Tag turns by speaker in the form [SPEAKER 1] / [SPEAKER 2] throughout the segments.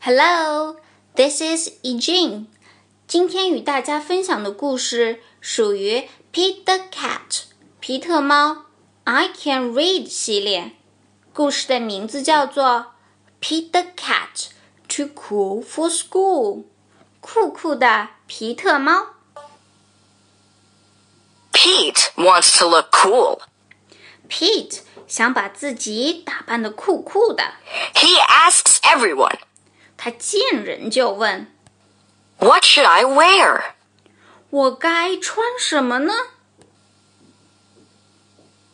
[SPEAKER 1] Hello, this is Ejin。今天与大家分享的故事属于《Pete the Cat》皮特猫 I Can Read 系列。故事的名字叫做《Pete the Cat Too Cool for School》，酷酷的皮特猫。
[SPEAKER 2] Pete wants to look cool.
[SPEAKER 1] Pete 想把自己打扮的酷酷的，
[SPEAKER 2] He asks everyone,
[SPEAKER 1] 他见人就问
[SPEAKER 2] What should I wear?：“
[SPEAKER 1] 我该穿什么呢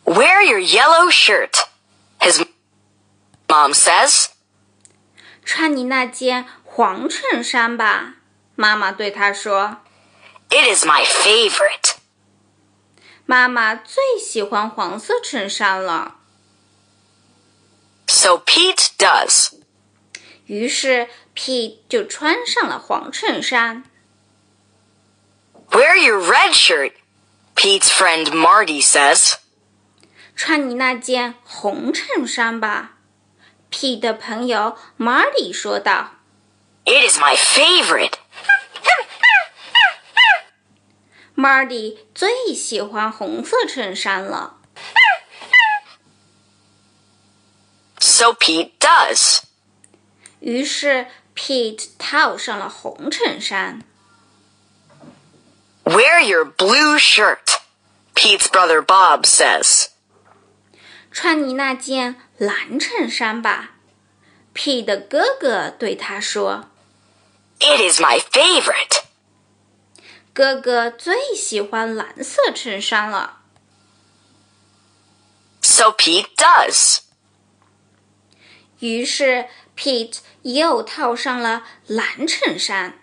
[SPEAKER 2] Wear your yellow shirt. His mom says,？”
[SPEAKER 1] 穿你那件黄衬衫吧，妈妈对他说。
[SPEAKER 2] It is my favorite.
[SPEAKER 1] 妈妈最喜欢黄色衬衫了。
[SPEAKER 2] So Pete does.
[SPEAKER 1] 于是 Pete 就穿上了黄衬衫。
[SPEAKER 2] Wear your red shirt. Pete's friend Marty says,
[SPEAKER 1] 穿你那件红衬衫吧，Pete 的朋友 Marty 说道。
[SPEAKER 2] It is my favorite.
[SPEAKER 1] Marty 最喜欢红色衬衫了，
[SPEAKER 2] So Pete does.
[SPEAKER 1] 于是 Pete 套上了红衬衫。
[SPEAKER 2] Wear your blue shirt. Pete's brother Bob says,
[SPEAKER 1] 穿你那件蓝衬衫吧，Pete 的哥哥对他说。
[SPEAKER 2] It is my favorite.
[SPEAKER 1] 哥哥最喜欢蓝色衬衫了。
[SPEAKER 2] So Pete does.
[SPEAKER 1] 于是 Pete 又套上了蓝衬衫。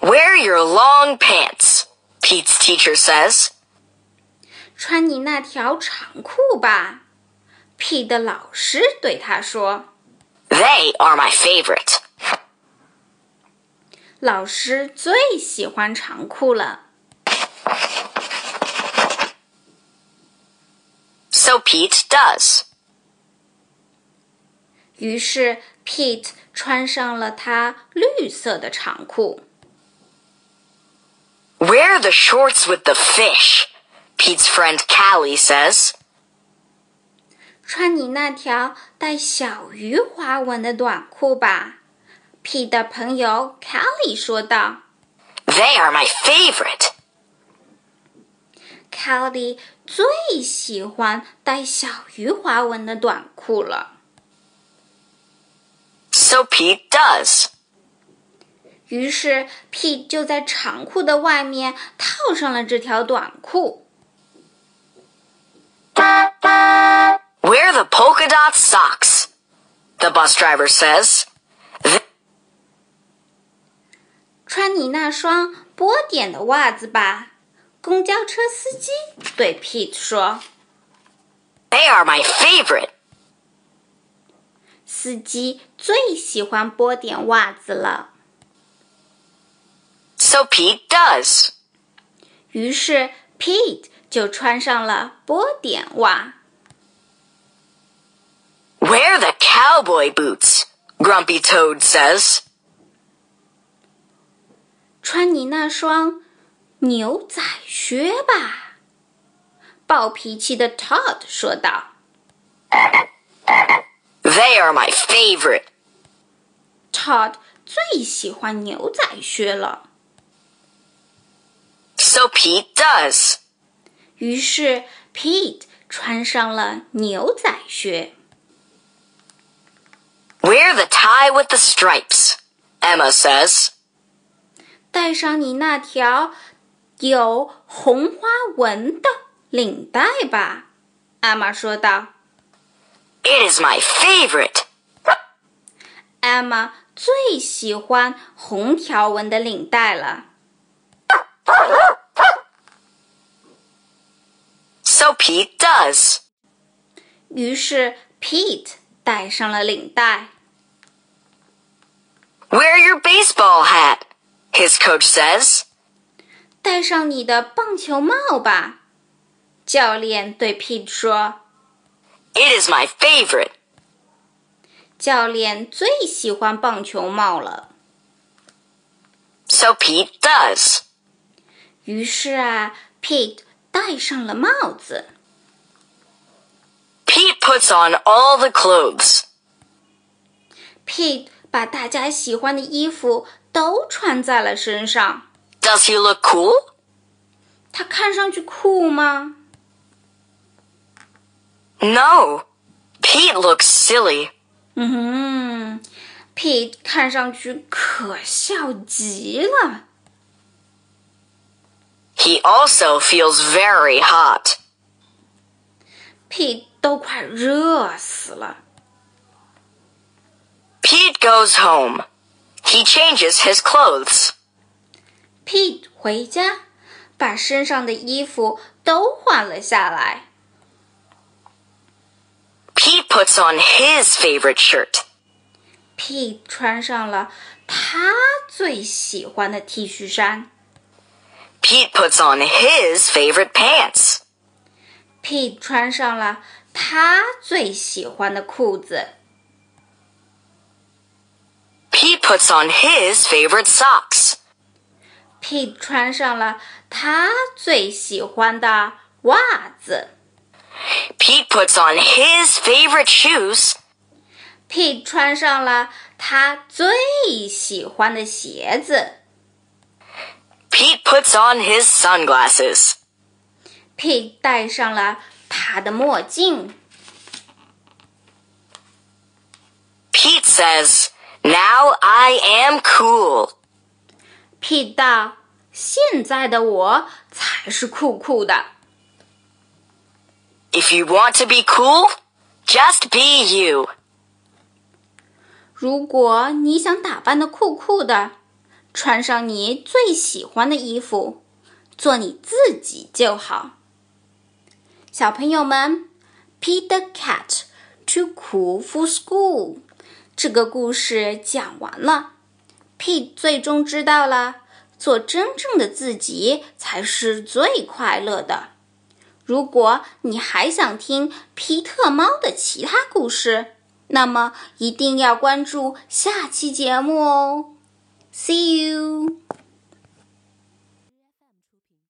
[SPEAKER 2] Wear your long pants, Pete's teacher says.
[SPEAKER 1] 穿你那条长裤吧，Pete 的老师对他说。
[SPEAKER 2] They are my favorite.
[SPEAKER 1] 老师最喜欢长裤了。
[SPEAKER 2] So Pete does.
[SPEAKER 1] 于是 Pete 穿上了他绿色的长裤。
[SPEAKER 2] Wear the shorts with the fish, Pete's friend Callie says.
[SPEAKER 1] 穿你那条带小鱼花纹的短裤吧，Pete 的朋友 Kelly 说道。
[SPEAKER 2] They are my favorite.
[SPEAKER 1] Kelly 最喜欢带小鱼花纹的短裤了，
[SPEAKER 2] So Pete does.
[SPEAKER 1] 于是 Pete 就在长裤的外面套上了这条短裤。
[SPEAKER 2] Wear the polka dot socks, the bus driver says. They
[SPEAKER 1] 穿你那双波点的袜子吧，公交车司机对 Pete 说。
[SPEAKER 2] are my favorite.
[SPEAKER 1] 司机最喜欢波点袜子了，
[SPEAKER 2] So Pete does.
[SPEAKER 1] 于是 Pete 就穿上了波点袜。
[SPEAKER 2] Wear the cowboy boots, Grumpy Toad says.
[SPEAKER 1] 穿你那双牛仔靴吧。”暴脾气的 Todd 说道
[SPEAKER 2] They are my favorite.
[SPEAKER 1] ：“Todd 最喜欢牛仔靴了。
[SPEAKER 2] So Pete does. ”
[SPEAKER 1] 于是 Pete 穿上了牛仔靴。
[SPEAKER 2] Wear the tie with the stripes, Emma says.
[SPEAKER 1] 戴上你那条有红花纹的领带吧，艾玛说道。
[SPEAKER 2] It is my favorite.
[SPEAKER 1] 艾玛最喜欢红条纹的领带了。
[SPEAKER 2] So Pete does.
[SPEAKER 1] 于是 Pete 戴上了领带。
[SPEAKER 2] Wear your baseball hat, his coach says.
[SPEAKER 1] 戴上你的棒球帽吧，教练对 Pete 说。
[SPEAKER 2] It is my favorite.
[SPEAKER 1] 教练最喜欢棒球帽了。
[SPEAKER 2] So Pete does.
[SPEAKER 1] 于是啊，Pete 戴上了帽子。
[SPEAKER 2] Pete puts on all the clothes.
[SPEAKER 1] Pete 把大家喜欢的衣服都穿在了身上。
[SPEAKER 2] Does he look cool?
[SPEAKER 1] 他看上去酷吗？
[SPEAKER 2] No. Pete looks silly.
[SPEAKER 1] 嗯，Pete 看上去可笑极了。
[SPEAKER 2] He also feels very hot.
[SPEAKER 1] Pete 都快热死了。
[SPEAKER 2] Pete goes home. He changes his clothes.
[SPEAKER 1] Pete 回家，把身上的衣服都换了下来。
[SPEAKER 2] Pete puts on his favorite shirt.
[SPEAKER 1] Pete 穿上了他最喜欢的 T 恤衫。
[SPEAKER 2] Pete puts on his favorite pants.
[SPEAKER 1] Pete 穿上了他最喜欢的裤子。
[SPEAKER 2] Pete puts on his favorite socks.
[SPEAKER 1] Pete 穿上了他最喜欢的袜子。
[SPEAKER 2] Pete puts on his favorite shoes.
[SPEAKER 1] Pete 穿上了他最喜欢的鞋子。
[SPEAKER 2] Pete puts on his sunglasses.
[SPEAKER 1] Pete 戴上了他的墨镜。
[SPEAKER 2] Pete says, Now I am cool.
[SPEAKER 1] Pete 道：“现在的我才是酷酷的。
[SPEAKER 2] If you want to be cool, just be you.
[SPEAKER 1] 如果你想打扮的酷酷的，穿上你最喜欢的衣服，做你自己就好。”小朋友们，Pete the Cat to Cool for School 这个故事讲完了。Pete 最终知道了，做真正的自己才是最快乐的。如果你还想听皮特猫的其他故事，那么一定要关注下期节目哦。See you。